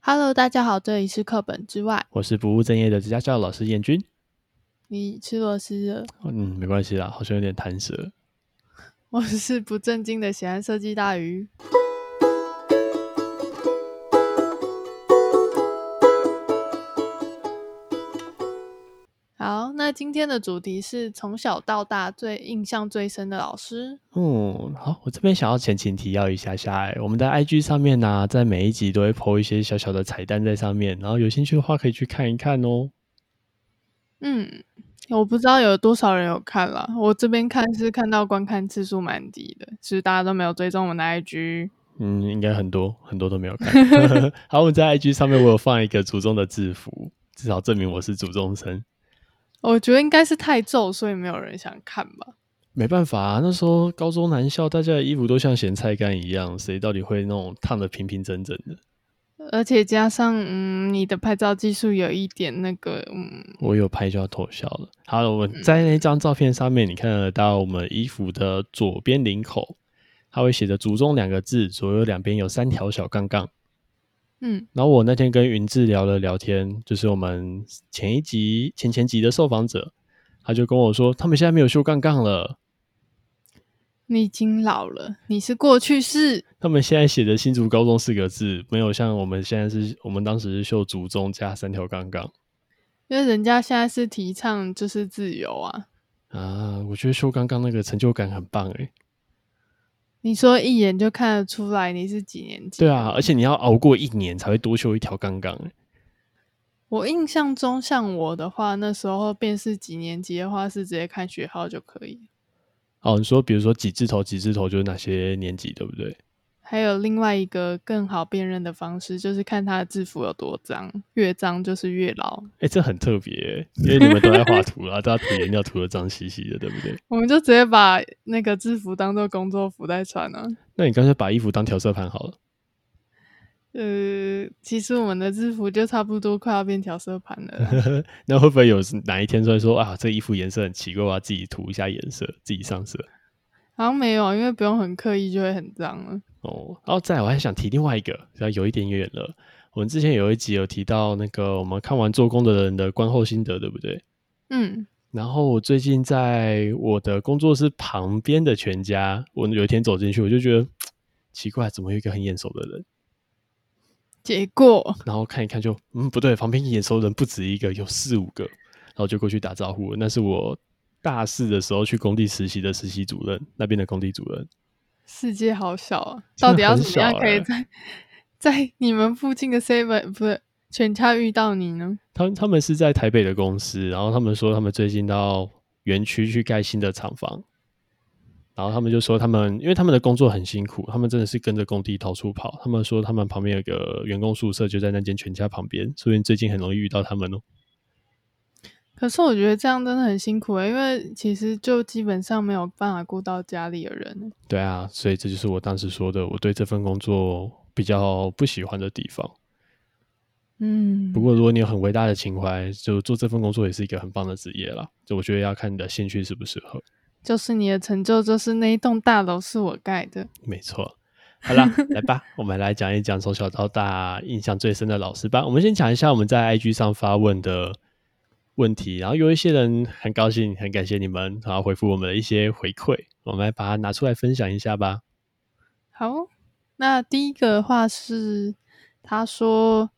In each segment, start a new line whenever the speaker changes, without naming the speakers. Hello，大家好，这里是课本之外，
我是不务正业的职家教老师彦君。
你吃螺丝了。
嗯，没关系啦，好像有点弹舌。
我是不正经的喜欢设计大鱼。好，那今天的主题是从小到大最印象最深的老师。
嗯，好，我这边想要前情提要一下下、欸，我们在 IG 上面呢、啊在每一集都会 po 一些小小的彩蛋在上面，然后有兴趣的话可以去看一看哦。
嗯，我不知道有多少人有看了，我这边看是看到观看次数蛮低的，是大家都没有追踪我们的 IG。
嗯，应该很多很多都没有看。好，我们在 IG 上面我有放一个祖宗的制服，至少证明我是祖宗生。
我觉得应该是太皱，所以没有人想看吧。
没办法、啊，那时候高中男校，大家的衣服都像咸菜干一样，谁到底会那种烫的平平整整的？
而且加上，嗯，你的拍照技术有一点那个，嗯，
我有拍就要偷笑了。好了，我们在那张照片上面，你看得到我们衣服的左边领口，它会写着“族中”两个字，左右两边有三条小杠杠。
嗯
然后我那天跟云志聊了聊天，就是我们前一集、前前集的受访者，他就跟我说，他们现在没有修杠杠了，
你已经老了，你是过去式。
他们现在写着“新竹高中”四个字，没有像我们现在是我们当时是绣“族中”加三条杠杠。
因为人家现在是提倡就是自由啊。
啊，我觉得修刚刚那个成就感很棒欸诶。
你说一眼就看得出来你是几年级？
对啊，，而且你要熬过一年才会多修一条杠杠诶。
我印象中像我的话，那时候辨识几年级的话是直接看学号就可以。
哦，你说比如说几字头几字头就是哪些年级，对不对？
还有另外一个更好辨认的方式，就是看他的制服有多脏，越脏就是越老。
哎，这很特别欸，因为你们都在画图啦，大家涂颜料涂的脏兮兮的，对不对？
我们就直接把那个制服当做工作服在穿啊。
那你干脆把衣服当调色盘好了。。
呃，其实我们的制服就差不多快要变调色盘了啦
那会不会有哪一天说说啊，这衣服颜色很奇怪，我要自己涂一下颜色，自己上色？
好像没有，因为不用很刻意就会很脏了。
哦，然后再来我还想提另外一个，要有一点远了。我们之前有一集有提到那个我们看完《做工的人》的观后心得，对不对？
嗯，
然后我最近在我的工作室旁边的全家，我有一天走进去，我就觉得奇怪，怎么有一个很眼熟的人？
结果
然后看一看就，嗯，不对，旁边眼熟的人不止一个，有四五个，然后就过去打招呼了。那是我大四的时候去工地实习的实习主任，那边的工地主任。
世界好小啊！
真的
到底要
很
怎么样
小
可以
欸
在、在你们附近的 Seven 不是全家遇到你呢？
他们他们是在台北的公司，然后他们说他们最近到园区去盖新的厂房，然后他们就说他们因为他们的工作很辛苦，他们真的是跟着工地到处跑。他们说他们旁边有个员工宿舍就在那间全家旁边，所以最近很容易遇到他们哦。
可是我觉得这样真的很辛苦、欸，因为其实就基本上没有办法顾到家里的人。
对啊，所以这就是我当时说的，我对这份工作比较不喜欢的地方。
嗯，
不过如果你有很伟大的情怀，就做这份工作也是一个很棒的职业啦。就我觉得要看你的兴趣适不适合。
就是你的成就，就是那一栋大楼是我盖的。
没错。好 啦，来吧，我们来讲一讲从小到大印象最深的老师吧。我们先讲一下我们在 IG 上发问的问题，然后有一些人很高兴，很感谢你们，然后回复我们的一些回馈，我们来把它拿出来分享一下吧。
好，那第一个的话是，他说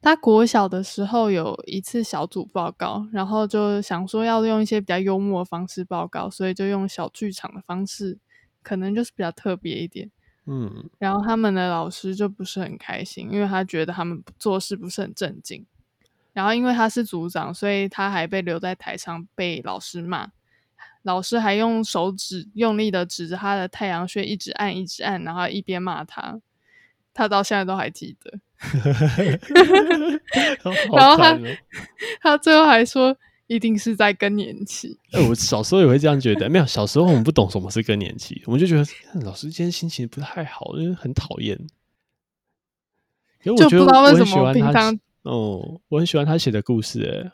他国小的时候有一次小组报告，然后就想说要用一些比较幽默的方式报告，所以就用小剧场的方式，可能就是比较特别一点。
嗯，
然后他们的老师就不是很开心，因为他觉得他们做事不是很正经。然后因为他是组长，所以他还被留在台上被老师骂。老师还用手指用力的指着他的太阳穴，一直按一直按，然后一边骂他。他到现在都还记得。然后 他
好惨哦、
他最后还说，一定是在更年期。
哎我小时候也会这样觉得，没有，小时候我们不懂什么是更年期，我们就觉得看老师今天心情不太好，因为很讨厌。可是我
就
觉得
不知道
我
为
很
什
喜
么
欢
平
他
常
写哦，我很喜欢他写的故事、哎。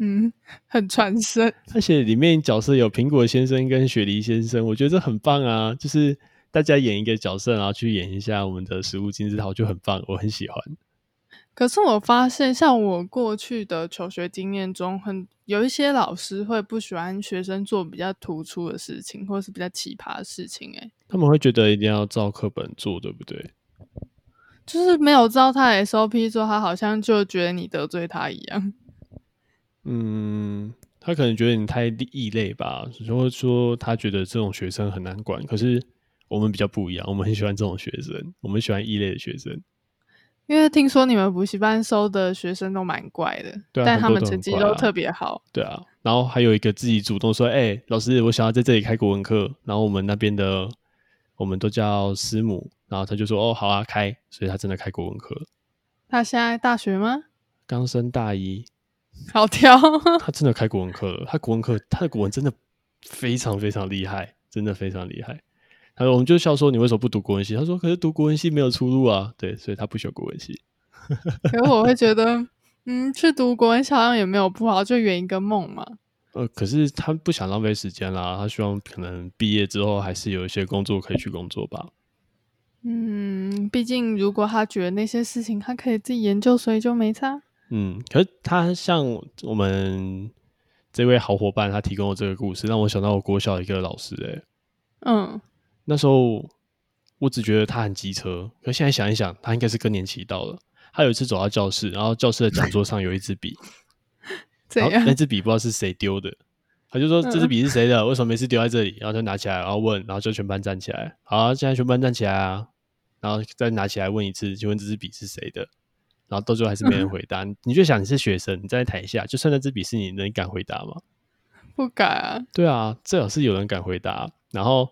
嗯，很传神。
而且里面角色有苹果先生跟雪梨先生，我觉得这很棒啊！就是大家演一个角色，然后去演一下我们的食物金字塔，就很棒，我很喜欢。
可是我发现，像我过去的求学经验中，很有一些老师会不喜欢学生做比较突出的事情，或是比较奇葩的事情、欸。哎，
他们会觉得一定要照课本做，对不对？
就是没有照他的 SOP 做，他好像就觉得你得罪他一样。
嗯，他可能觉得你太异类吧，或者说他觉得这种学生很难管。可是我们比较不一样，我们很喜欢这种学生，我们喜欢异类的学生。
因为听说你们补习班收的学生都蛮怪的，
对啊
但他
很多
们
都
成
很
绩
怪
都
啊
特别好。
对啊，然后还有一个自己主动说：“哎、老师，我想要在这里开国文课。”然后我们那边的我们都叫师母，然后他就说：“哦，好啊，开。”所以他真的开国文课，
他现在大学吗？
刚升大一，
好挑，
他真的开国文课了。他国文课，他的国文真的非常非常厉害，真的非常厉害。他说：“我们就笑说你为什么不读国文系？”他说：“可是读国文系没有出路啊。”对，所以他不喜欢国文系。
可是我会觉得，嗯，去读国文系好像也没有不好，就圆一个梦嘛。
呃，可是他不想浪费时间啦，他希望可能毕业之后还是有一些工作可以去工作吧。
嗯，毕竟如果他觉得那些事情他可以自己研究，所以就没差。
嗯，可是他像我们这位好伙伴，他提供的这个故事，让我想到我国小一个老师、欸，
嗯，
那时候我只觉得他很机车，可现在想一想，他应该是更年期到了。他有一次走到教室，然后教室的讲桌上有一支笔，
这
然后那
样
支笔不知道是谁丢的，他就说
啊嗯
这支笔是谁的，为什么每次丢在这里？然后就拿起来，然后问，然后就全班站起来，好啊，现在全班站起来啊，然后再拿起来问一次，请问这支笔是谁的？然后到最后还是 没人回答，你就想你是学生，你站在台下，就算那支笔是你的，你敢回答吗？
不改啊。
对啊，最好是有人敢回答。然后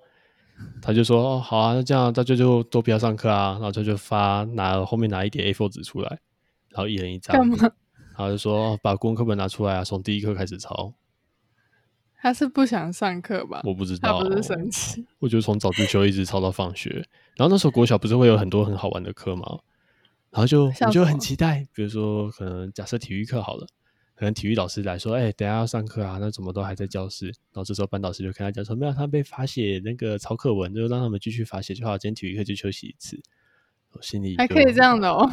他就说：“哦，好啊，那这样大家就都不要上课啊。”然后他就发拿后面拿一叠 A4 纸出来，然后一人一张，
干嘛
然后就说：“哦把公文课本拿出来啊，从第一课开始抄。
他是不想上课吧”？
我不知
他
道，
不是生气。
我就从早自修一直抄到放学。然后那时候国小不是会有很多很好玩的课吗？然后就
像
我就
什
很
么
期待，比如说可能假设体育课好了，可能体育老师来说，哎、等一下要上课啊，那怎么都还在教室？然后这时候班导师就跟他讲说，没有，他被罚写那个抄课文，就让他们继续罚写就好，今天体育课就休息一次。我心里
还
就
可以这样 的哦，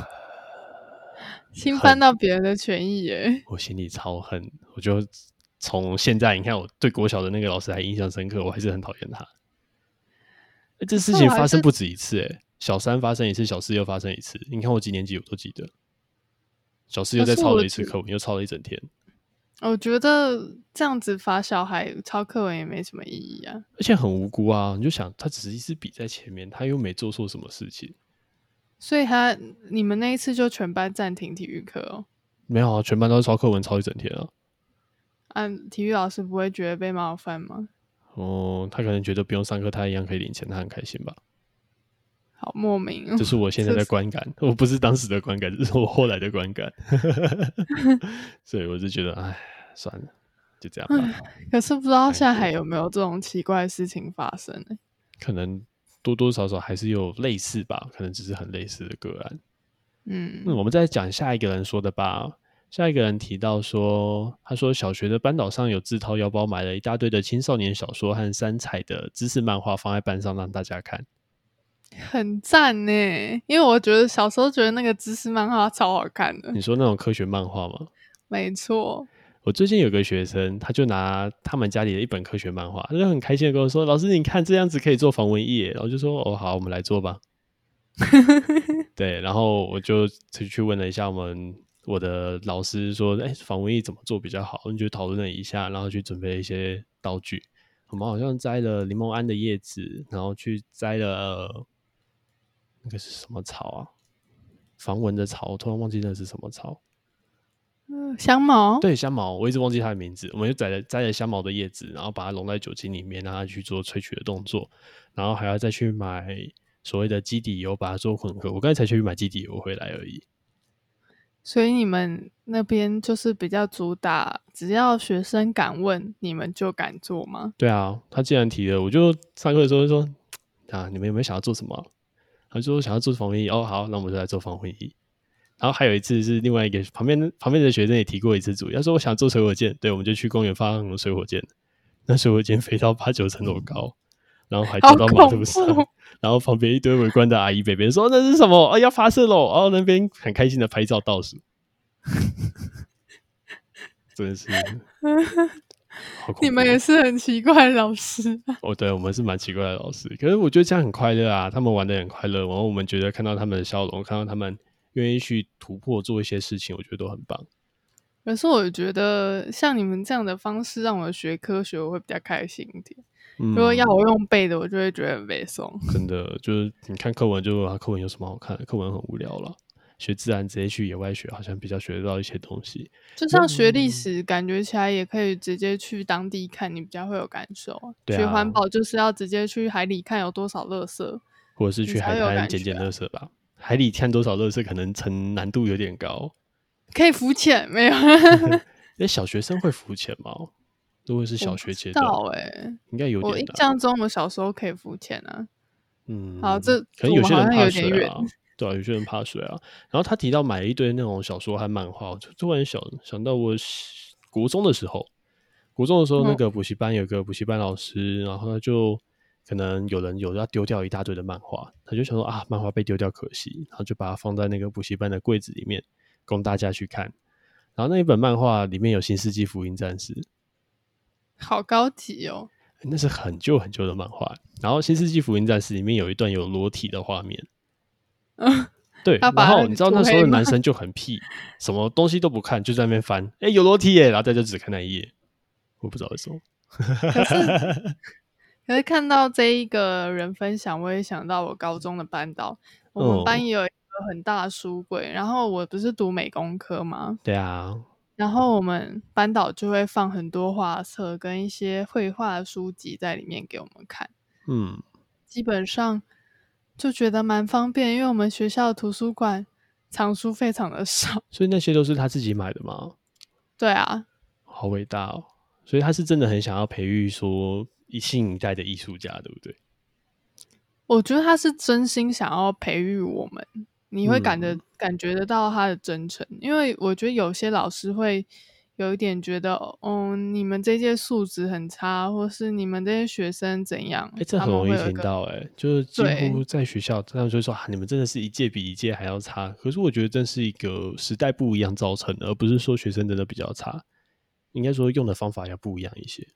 侵犯到别人的权益耶。
我心里超恨，我就从现在你看我对国小的那个老师还印象深刻，我还是很讨厌他。欸这事
后
情
来
发生
是
不止一次、欸，小三发生一次，小四又发生一次。你看我几年级我都记得，小四又
可
再
是
抄
我
了一次
觉
课文，又抄了一整天。
我觉得这样子罚小孩抄课文也没什么意义啊。
而且很无辜啊！你就想，他只是一支笔在前面，他又没做错什么事情。
所以他你们那一次就全班暂停体育课哦。
没有啊，全班都是抄课文，抄一整天啊。
啊，体育老师不会觉得被冒犯吗？
哦，他可能觉得不用上课，他一样可以领钱，他很开心吧？
好莫名哦
这。嗯是我现在的观感，我不是当时的观感，这是我后来的观感。 所以我就觉得，哎，算了，就这样吧。
可是不知道现在
难过
还有没有这种奇怪的事情发生、欸？
可能多多少少还是有类似吧，可能只是很类似的个案。
嗯
嗯，我们再讲下一个人说的吧。下一个人提到说，他说小学的班导上有自掏腰包买了一大堆的青少年小说和三彩的知识漫画放在班上让大家看。
很赞呢、因为我觉得小时候觉得那个知识漫画超好看的
你，说那种科学漫画吗？
没错，
我最近有个学生，他就拿他们家里的一本科学漫画，他就很开心的跟我说：“老师，你看这样子可以做防蚊液耶。”然后我就说：“哦，好，我们来做吧。”对，然后我就去去问了一下我们我的老师，说：“哎，防蚊液怎么做比较好？”我们就讨论了一下，然后去准备一些道具。我们好像摘了柠檬桉的叶子，然后去摘了、呃那个是什么草啊？防蚊的草，我突然忘记那是什么草。
嗯，香茅，
对，香茅，我一直忘记它的名字。我们就摘了摘了香茅的叶子，然后把它溶在酒精里面，让它去做萃取的动作，然后还要再去买所谓的基底油，把它做混合。我刚才才去买基底油回来而已。
所以你们那边就是比较主打，只要学生敢问，你们就敢做吗？
对啊，他既然提了，我就上课的时候就说啊，你们有没有想要做什么啊？他就说想要做防疫哦，好，那我们就来做防疫。然后还有一次是另外一个旁边旁边的学生也提过一次主意，他说我想做水火箭，对，我们就去公园发放水火箭，那水火箭飞到八九层楼高，然后还丢到马
好恐
路上
怖，
然后旁边一堆围观的阿姨伯伯说那是什么？哦，要发射喽！然后那边很开心的拍照倒 数，真 的是好恐怖。
你们也是很奇怪的老师，啊
哦，对，我们是蛮奇怪的老师，可是我觉得这样很快乐啊，他们玩的很快乐，然后我们觉得看到他们的笑容，看到他们愿意去突破做一些事情，我觉得都很棒。
可是我觉得像你们这样的方式让我学科学，我会比较开心一点。
嗯，
如果要我用背的，我就会觉得很悲松。
真的就是你看课文就啊，课文有什么好看的？课文很无聊了。学自然直接去野外学，好像比较学得到一些东西。
就像学
嗯
历史，感觉起来也可以直接去当地看，你比较会有感受。
对
学
啊
环保就是要直接去海里看有多少垃圾。
或者是去
你才
海
有
滩
感
捡
觉啊
捡垃圾吧。海里看多少垃圾，可能成难度有点高。
可以浮潜没有？
那小学生会浮潜吗？如果是小学阶段，
到哎、
应该有
我
点啊
印
难。
象中我小时候可以浮潜啊，
嗯，
好这
可能
我
有
们
些
好
人
像有
怕
点
水
远
啊，对啊，有些人怕水啊。然后他提到买了一堆那种小说和漫画，我就突然想想到我小国中的时候，国中的时候那
嗯
个补习班有个补习班老师，然后他就可能有人有要丢掉一大堆的漫画，他就想说啊，漫画被丢掉可惜，然后就把它放在那个补习班的柜子里面供大家去看。然后那一本漫画里面有《新世纪福音战士》，
好高级哦。
那是很旧很旧的漫画。然后《新世纪福音战士》里面有一段有裸体的画面，
嗯，
对，
他
然
把
后
那
你知道那
涂
时候的
黑吗
男生就很屁，什么东西都不看，就在那边翻，哎、有裸体耶，然后大家就只看那一页，我不知道为什么。
可 是可是看到这一个人分享，我也想到我高中的班导，我
哦
们班也有一个很大的书柜，然后我不是读美工科吗？
对啊，
然后我们班导就会放很多画册跟一些绘画的书籍在里面给我们看，
嗯，
基本上就觉得蛮方便，因为我们学校的图书馆藏书非常的少。
所以那些都是他自己买的嘛，
对啊，
好伟大哦！所以他是真的很想要培育说一新一代的艺术家，对不对？
我觉得他是真心想要培育我们，你会感觉、
嗯
感觉得到他的真诚，因为我觉得有些老师会有一点觉得，嗯，你们这届素质很差，或是你们这些学生怎样，
哎、这
他
很
们
容易
会有一
听
个
到、哎，就是几
对
乎在学校，他们就会说啊，你们真的是一届比一届还要差。可是我觉得这是一个时代不一样造成的，而不是说学生真的比较差，应该说用的方法要不一样一些。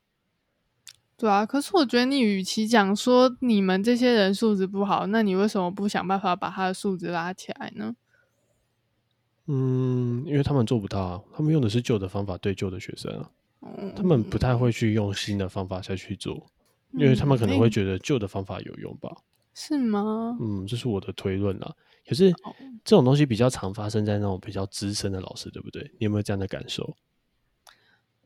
对啊，可是我觉得你与其讲说你们这些人素质不好，那你为什么不想办法把他的素质拉起来呢？
嗯，因为他们做不到啊，他们用的是旧的方法对旧的学生啊，
嗯，
他们不太会去用新的方法下去做，因为他们可能
嗯
会
诶
觉得旧的方法有用吧。
是吗？
嗯，这是我的推论啦。可是
哦
这种东西比较常发生在那种比较资深的老师，对不对？你有没有这样的感受？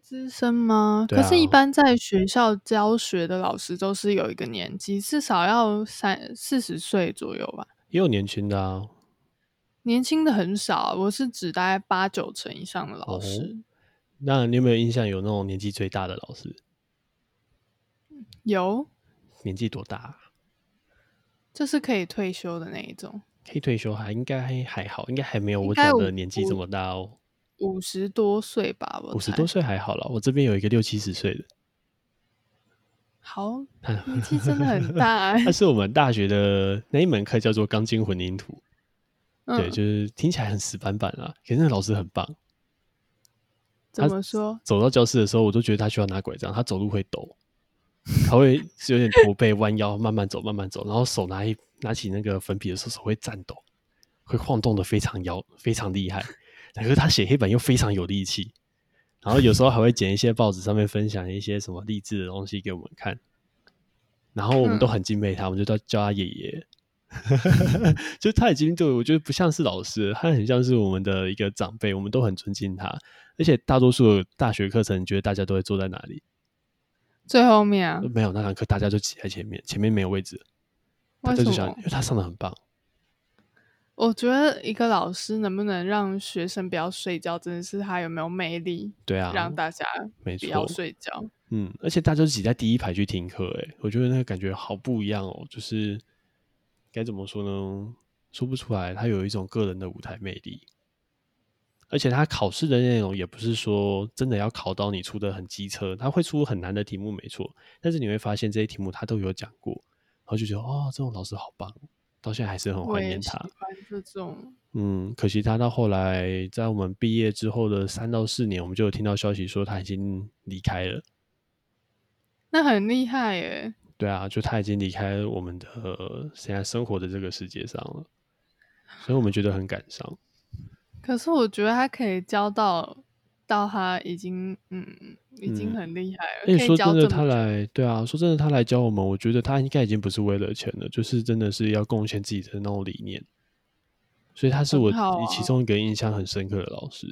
资深吗？
对
可是，一
啊
般在学校教学的老师都是有一个年纪，至少要三四十岁左右吧。
也有年轻的啊，
年轻的很少，我是指大概八九成以上的老
哦
师。
那你有没有印象有那种年纪最大的老师？
有，
年纪多大啊、
就是可以退休的那一种，
可以退休还应该还还好，应该还没有
应
我
该
讲的
五
年纪这么大哦。
五十多岁吧，我
五十
猜
多岁还好啦，我这边有一个六七十岁的，
好，
他
年纪真的很 大、
他
欸。
是我们大学的那一门课叫做钢筋混凝土，啊对，
嗯，
就是听起来很死板板啊，可是那个老师很棒。
怎
他
么说？
走到教室的时候，我都觉得他需要拿拐杖，他走路会抖，他会有点驼背、弯腰，慢慢走，慢慢走，然后手拿一拿起那个粉笔的时候，手会颤抖，会晃动的非常摇，非常厉害。可是他写黑板又非常有力气，然后有时候还会捡一些报纸上面分享一些什么励志的东西给我们看，然后我们都很敬佩他，我们就叫叫他爷爷。 就他已经对我觉得不像是老师了，他很像是我们的一个长辈，我们都很尊敬他。而且大多数的大学课程，你觉得大家都会坐在哪里？
最后面啊？
没有那堂课，大家就挤在前面，前面没有位置，大
为
家
什
就想，
么
因？为他上的很棒。
我觉得一个老师能不能让学生不要睡觉，真的是他有没有魅力，
对啊，
让大家
没
不要
错，
睡觉。
嗯，而且大家都挤在第一排去听课，哎，我觉得那个感觉好不一样哦，就是该怎么说呢？说不出来，他有一种个人的舞台魅力。而且他考试的内容也不是说真的要考到你出的很机车，他会出很难的题目没错，但是你会发现这些题目他都有讲过，然后就觉得哦，这种老师好棒，到现在还是很
我
怀
也
念
喜
他。
欢这种，
嗯，可惜他到后来在我们毕业之后的三到四年，我们就有听到消息说他已经离开了。
那很厉害耶。
对啊，就他已经离开我们的呃现在生活的这个世界上了，所以我们觉得很感伤。
可是我觉得他可以教到到他已经嗯已经
嗯
很厉害了，
而且
可以
说
教
真
这么
的，他
久
来对啊，说真的，他来教我们，我觉得他应该已经不是为了钱了，就是真的是要贡献自己的那种理念。所以他是
很
我
好啊
其中一个印象很深刻的老师，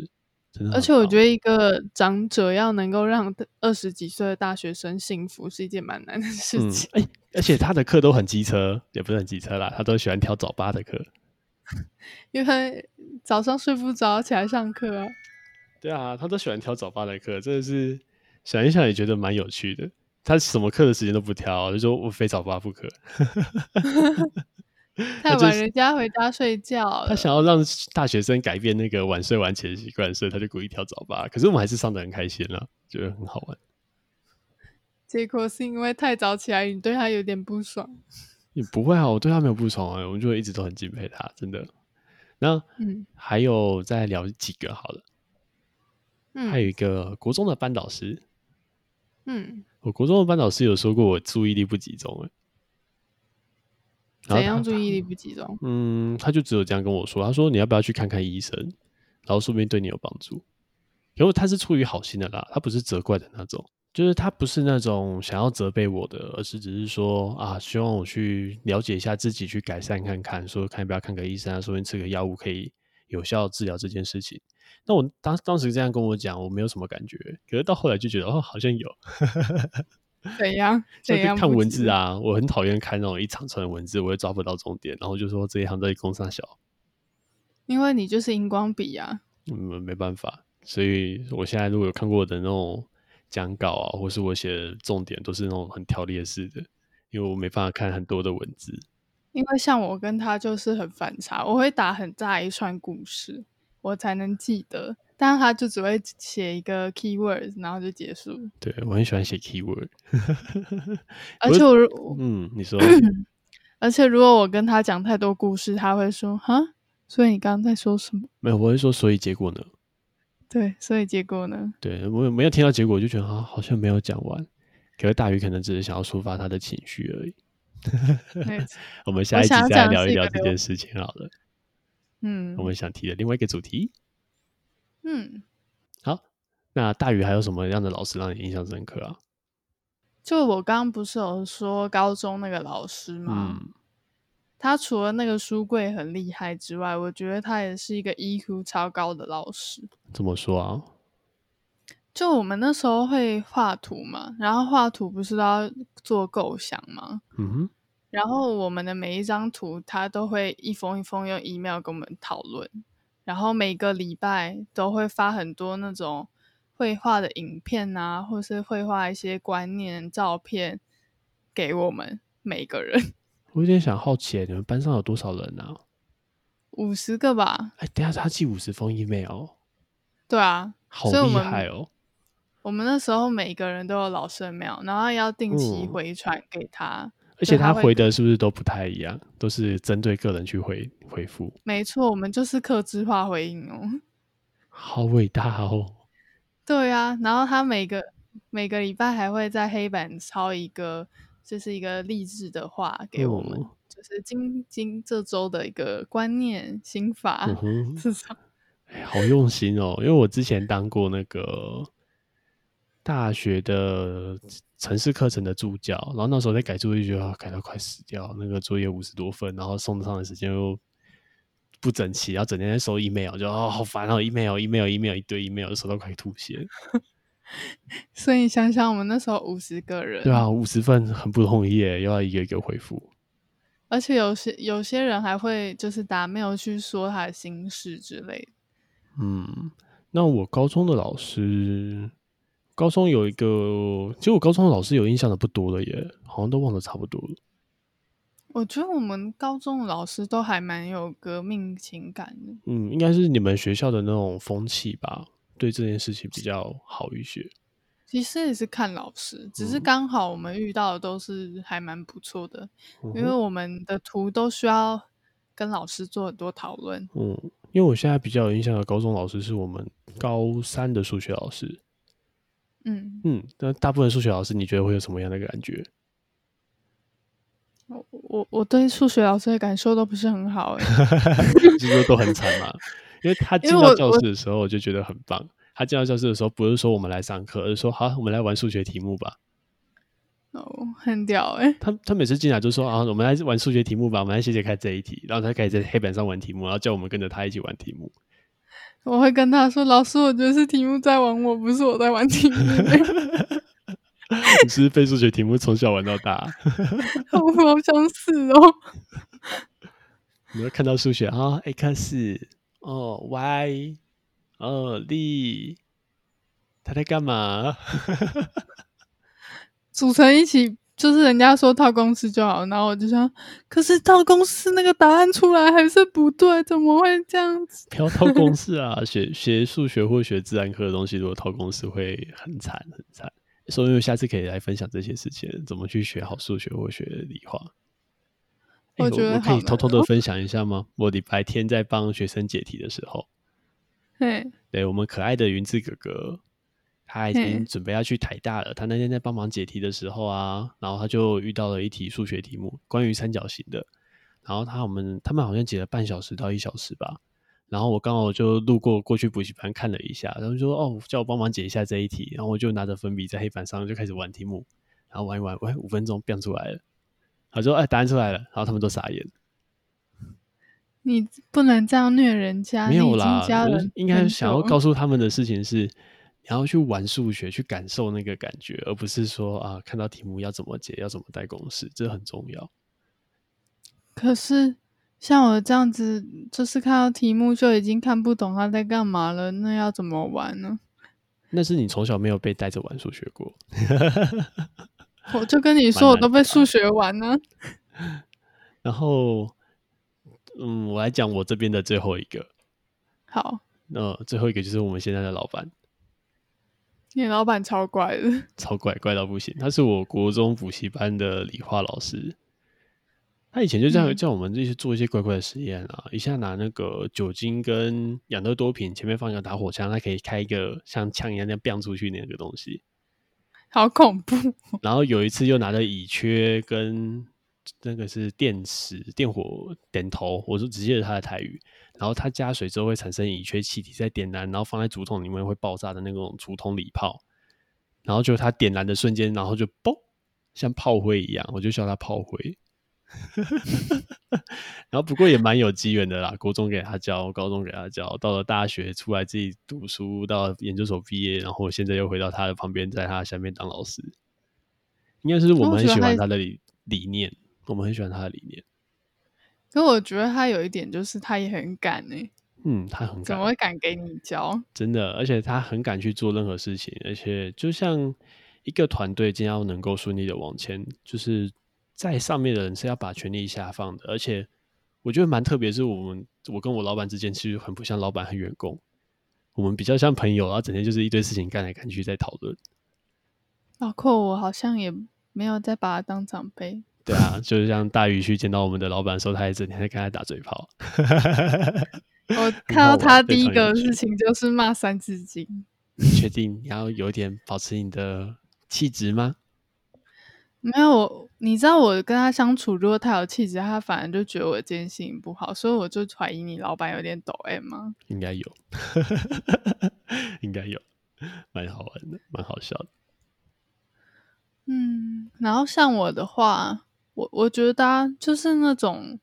真的很棒。
而且我觉得一个长者要能够让二十几岁的大学生幸福是一件蛮难的事
嗯
情，，
哎、而且他的课都很机车，也不是很机车啦，他都喜欢挑早八的课。
因为早上睡不着起来上课啊。
对啊，他都喜欢挑早八的课，真的是想一想也觉得蛮有趣的。他什么课的时间都不挑，就说我非早八不可。
太
就
晚，
是
人家回家睡觉了。
他想要让大学生改变那个晚睡晚起的习惯，所以他就故意挑早八。可是我们还是上的很开心啦，觉得很好玩，
结果是因为太早起来，你对他有点不爽。
也不会啊，我对他没有不爽啊，我就一直都很敬佩他，真的。那
嗯
还有再聊几个好了，还有
嗯
一个国中的班导师，
嗯，
我国中的班导师有说过我注意力不集中、欸，然后
怎样
他
注意力不集中？
嗯，他就只有这样跟我说，他说你要不要去看看医生，然后说不定对你有帮助。然后他是出于好心的啦，他不是责怪的那种，就是他不是那种想要责备我的，而是只是说啊，希望我去了解一下自己，去改善看看，说看要不要看个医生啊，说不定吃个药物可以有效治疗这件事情。那我当当时这样跟我讲，我没有什么感觉，可是到后来就觉得哦，好像有。
怎样？
就
怎
是
样？
看文字！啊，我很讨厌看那种一长串的文字，我会抓不到重点，然后就说这一行在工上小，
因为你就是荧光笔啊。
嗯，没办法。所以我现在如果有看过我的那种讲稿啊，或是我写的重点，都是那种很条列式的，因为我没办法看很多的文字。
因为像我跟他就是很反差，我会打很大一串故事，我才能记得，但他就只会写一个 keywords，然后就结束。
对我很喜欢写 keyword，
而且我如
嗯，你说
而且如果我跟他讲太多故事，他会说哈，所以你刚刚在说什么？
没有？我会说，所以结果呢？
对，所以结果 呢？
对我没有听到结果，我就觉得啊，好像没有讲完。可是大鱼可能只是想要抒发他的情绪而已。
没错
我们下一集
想要
再来
讲
聊
是
一
一个
聊这
流
件事情好了。
嗯
我们想提的另外一个主题。
嗯。
好，那大宇还有什么样的老师让你印象深刻啊？
就我刚刚不是有说高中那个老师吗？
嗯，
他除了那个书柜很厉害之外，我觉得他也是一个 EQ 超高的老师。
怎么说啊？
就我们那时候会画图嘛，然后画图不是都要做构想吗？
嗯哼，
然后我们的每一张图，他都会一封一封用 email 跟我们讨论，然后每个礼拜都会发很多那种绘画的影片啊，或是绘画一些观念照片给我们每个人。
我有点想好奇，欸你们班上有多少人啊？
五十个吧，
哎，等一下他寄五十封 email，哦
对啊，
好
所以我
厉
们
害哦！
我们那时候每个人都有老师的 mail，然后要定期
嗯
回传给他。
而且他
会
回的是不是都不太一样？都是针对个人去回回复，
没错，我们就是客制化回应哦。
好伟大哦！
对啊，然后他每个每个礼拜还会在黑板抄一个，就是一个励志的话给我们，
哦
就是今今这周的一个观念心法、
嗯哼，
这种。
哎好用心哦！因为我之前当过那个大学的城市课程的助教，然后那时候在改作业，觉得、啊、改到快死掉，那个作业五十多份，然后送上的时间又不整齐，然后整天在收 email，就哦好烦哦，email，email，email 一堆 email，收到快吐血。
所以你想想，我们那时候五十个人，
对啊，五十份很不容易耶，又要一个一个回复。
而且有些有些人还会就是打 mail 去说他的心事之类的。
嗯，那我高中的老师，高中有一个，其实我高中的老师有印象的不多了耶，好像都忘得差不多了。
我觉得我们高中的老师都还蛮有革命情感的。
嗯，应该是你们学校的那种风气吧，对这件事情比较好一些。
其实也是看老师，只是
嗯
刚好我们遇到的都是还蛮不错的，
嗯
因为我们的图都需要跟老师做很多讨论。
嗯，因为我现在比较有印象的高中老师是我们高三的数学老师。
嗯，
嗯，那大部分数学老师你觉得会有什么样的感 觉？
我我我对数学老师的感受都不是很好、 欸，
就是说都很惨嘛。因为他进
因为
到
我
教
我
室的时候，我就觉得很棒。他进到教室的时候，不是说我们来上课，而是说好，我们来玩数学题目吧。
哦，很屌哎、
他他每次进来就说啊，我们来玩数学题目吧，我们来写写看这一题，然后他开始在黑板上玩题目，然后叫我们跟着他一起玩题目。
我会跟他说，老师，我觉得是题目在玩我，不是我在玩题目、
你是不是被数学题目从小玩到大，
我好想死哦。
你会看到数学啊，x 哦 y 哦 z，他在干嘛？
组成一起，就是人家说套公式就好，然后我就想，可是套公式那个答案出来还是不对，怎么会这样子？
不要套公式啊！学学数学或学自然科的东西，如果套公式会很惨很惨。所以我下次可以来分享这些事情，怎么去学好数学或学理化。诶
我觉得
我可
好
以
难
偷偷的
哦
分享一下吗？我礼拜天在帮学生解题的时候，
对，
对我们可爱的云志哥哥，他已经
嗯
准备要去台大了。他那天在帮忙解题的时候啊，然后他就遇到了一题数学题目，关于三角形的。然后他我们他们好像解了半小时到一小时吧。然后我刚好就路过过去补习班看了一下，然后就说哦，叫我帮忙解一下这一题。然后我就拿着粉笔在黑板上就开始玩题目，然后玩一玩，玩五分钟变出来了。他说：“哎，答案出来了。”然后他们都傻眼。
你不能这样虐人家，
没
你
有
已经
啦，
加
我
了嗯
是，应该想要告
诉，
诉他们的事情是，你要去玩数学，去感受那个感觉，而不是说啊，看到题目要怎么解，要怎么带公式，这很重要。
可是像我这样子，就是看到题目就已经看不懂他在干嘛了，那要怎么玩呢？
那是你从小没有被带着玩数学过，
我就跟你
蛮
说，我
难
都
的
被
吧
数学玩呢、
然后，嗯，我来讲我这边的最后一个，
好，
那最后一个就是我们现在的老板，
你老板超怪的，
超怪怪到不行。他是我国中补习班的理化老师，他以前就这样
嗯
叫我们这些做一些怪怪的实验啊，一下拿那个酒精跟养乐多瓶，前面放一个打火枪，它可以开一个像枪一样那样 biang 出去那个东西。
好恐怖。
然后有一次又拿着乙炔跟那个是电池电火点头，我就直接着他的台语。然后它加水之后会产生乙炔气体，再点燃，然后放在竹筒里面会爆炸的那种竹筒礼炮。然后就它点燃的瞬间，然后就嘣，像炮灰一样，我就笑它炮灰。 然后不过也蛮有机缘的啦，国中给他教，高中给他教，到了大学出来自己读书，到研究所毕业，然后我现在又回到他的旁边，在他下面当老师。应该是
哦
我
那我
们很
觉得
喜
他
欢
也
他的理理念，我们很喜欢他的理念。
可我觉得他有一点就是他也很敢哎、
嗯，他很
怎
敢
么会敢给你教？
真的，而且他很敢去做任何事情，而且就像一个团队，今天要能够顺利的往前，就是在上面的人是要把权力下放的，而且我觉得蛮特别，是我们我跟我老板之间其实很不像老板和员工，我们比较像朋友，然后整天就是一堆事情干来干去在讨论，
包括我好像也没有再把他当长辈。
对啊，就是像大鱼去见到我们的老板的时候，他也整天在跟他打嘴炮，
我
很
看到
好玩
他
非
第一
常有
个
趣
事情就是骂《三字经》，
你确定你要有一点保持你的气质吗？
没有我，你知道我跟他相处，如果他有气质，他反而就觉得我这件事情不好，所以我就怀疑你老板有点抖 M 啊吗？
应该有， 应该有，蛮好玩的，蛮好笑的。
嗯，然后像我的话，我我觉得、啊、就是那种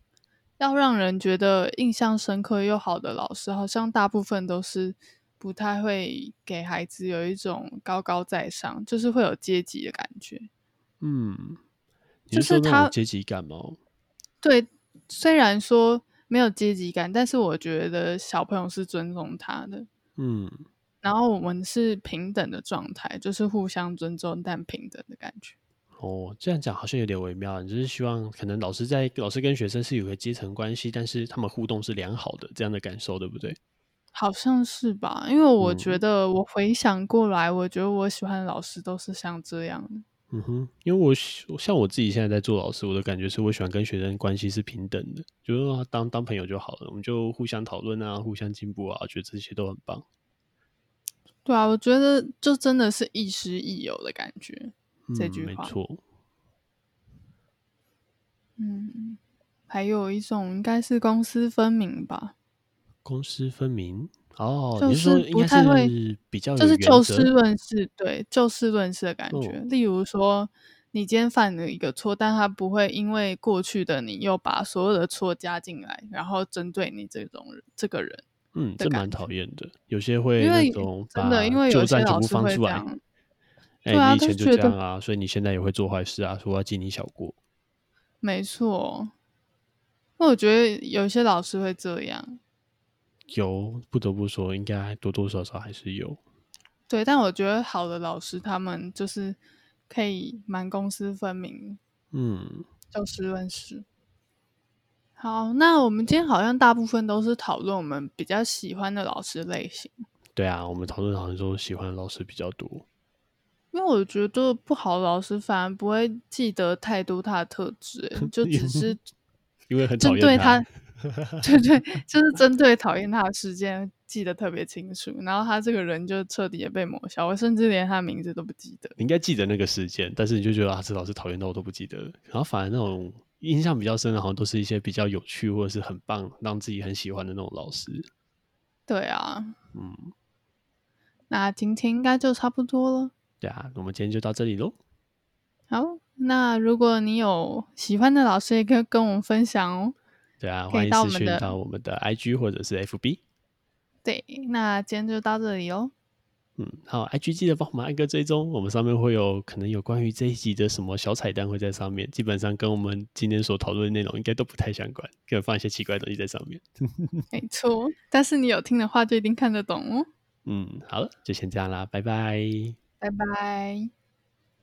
要让人觉得印象深刻又好的老师，好像大部分都是不太会给孩子有一种高高在上，就是会有阶级的感觉。
嗯，你
就是
说
是
那
他
种阶级感吗？
对，虽然说没有阶级感，但是我觉得小朋友是尊重他的，
嗯，
然后我们是平等的状态，就是互相尊重但平等的感觉。
哦，这样讲好像有点微妙，啊你就是希望可能老师在老师跟学生是有个阶层关系，但是他们互动是良好的这样的感受，对不对？
好像是吧？因为我
嗯
觉得我回想过来，我觉得我喜欢的老师都是像这样的。
嗯哼，因为我喜像我自己现在在做老师，我的感觉是我喜欢跟学生关系是平等的，就是说当当朋友就好了，我们就互相讨论啊，互相进步啊，觉得这些都很棒。
对啊，我觉得就真的是亦师亦友的感觉。这
嗯
句
没
话
错，
嗯，还有一种应该是公私分明吧，
公私分明哦，
就
你说
是
应
不
该
太会
是比较有
就是
原
就
则
事论事，对，就事论事的感
哦
觉。例如说，你今天犯了一个错，但他不会因为过去的你又把所有的错加进来，然后针对你这种人这个人。
嗯，
的
这
感
蛮讨
觉
厌的。有些会
因
那
为
种
真的，因
把
为
旧
有些
账全
老
部
师
翻
会
出
这
来
样，，
哎、
对啊
你以
他
前
就
就
觉
这
得
样啊，所以你现在也会做坏事啊，说要记你小过。
没错。那我觉得有些老师会这样，
有，不得不说，应该多多少少还是有。
对，但我觉得好的老师他们就是可以蛮公私分明，
嗯，
就事论事。好，那我们今天好像大部分都是讨论我们比较喜欢的老师类型，
对啊，我们讨论好像说喜欢的老师比较多。
因为我觉得不好的老师反而不会记得太多他的特质欸、就只是
因为很 讨
针
厌
对
他
他，对对，就是针对讨厌他的事件记得特别清楚，然后他这个人就彻底的被抹消，我甚至连他名字都不记得。
你应该记得那个事件，但是你就觉得啊，这老师讨厌到我都不记得了。然后反而那种印象比较深的，好像都是一些比较有趣或者是很棒，让自己很喜欢的那种老师。
对啊，
嗯，
那今天应该就差不多了。
对啊，我们今天就到这里喽。
好，那如果你有喜欢的老师，也可以跟我们分享哦。
对啊，
可以
欢迎
到我
私
们
讯
的
到我们的 IG 或者是 FB。
对，那今天就到这里哦。
嗯，好，IG 记得帮我们按个追踪，我们上面会有可能有关于这一集的什么小彩蛋会在上面，基本上跟我们今天所讨论的内容应该都不太相关，可能放一些奇怪的东西在上面。
没错，但是你有听的话，就一定看得懂哦。
嗯，好了，就先这样啦，拜拜。
拜拜。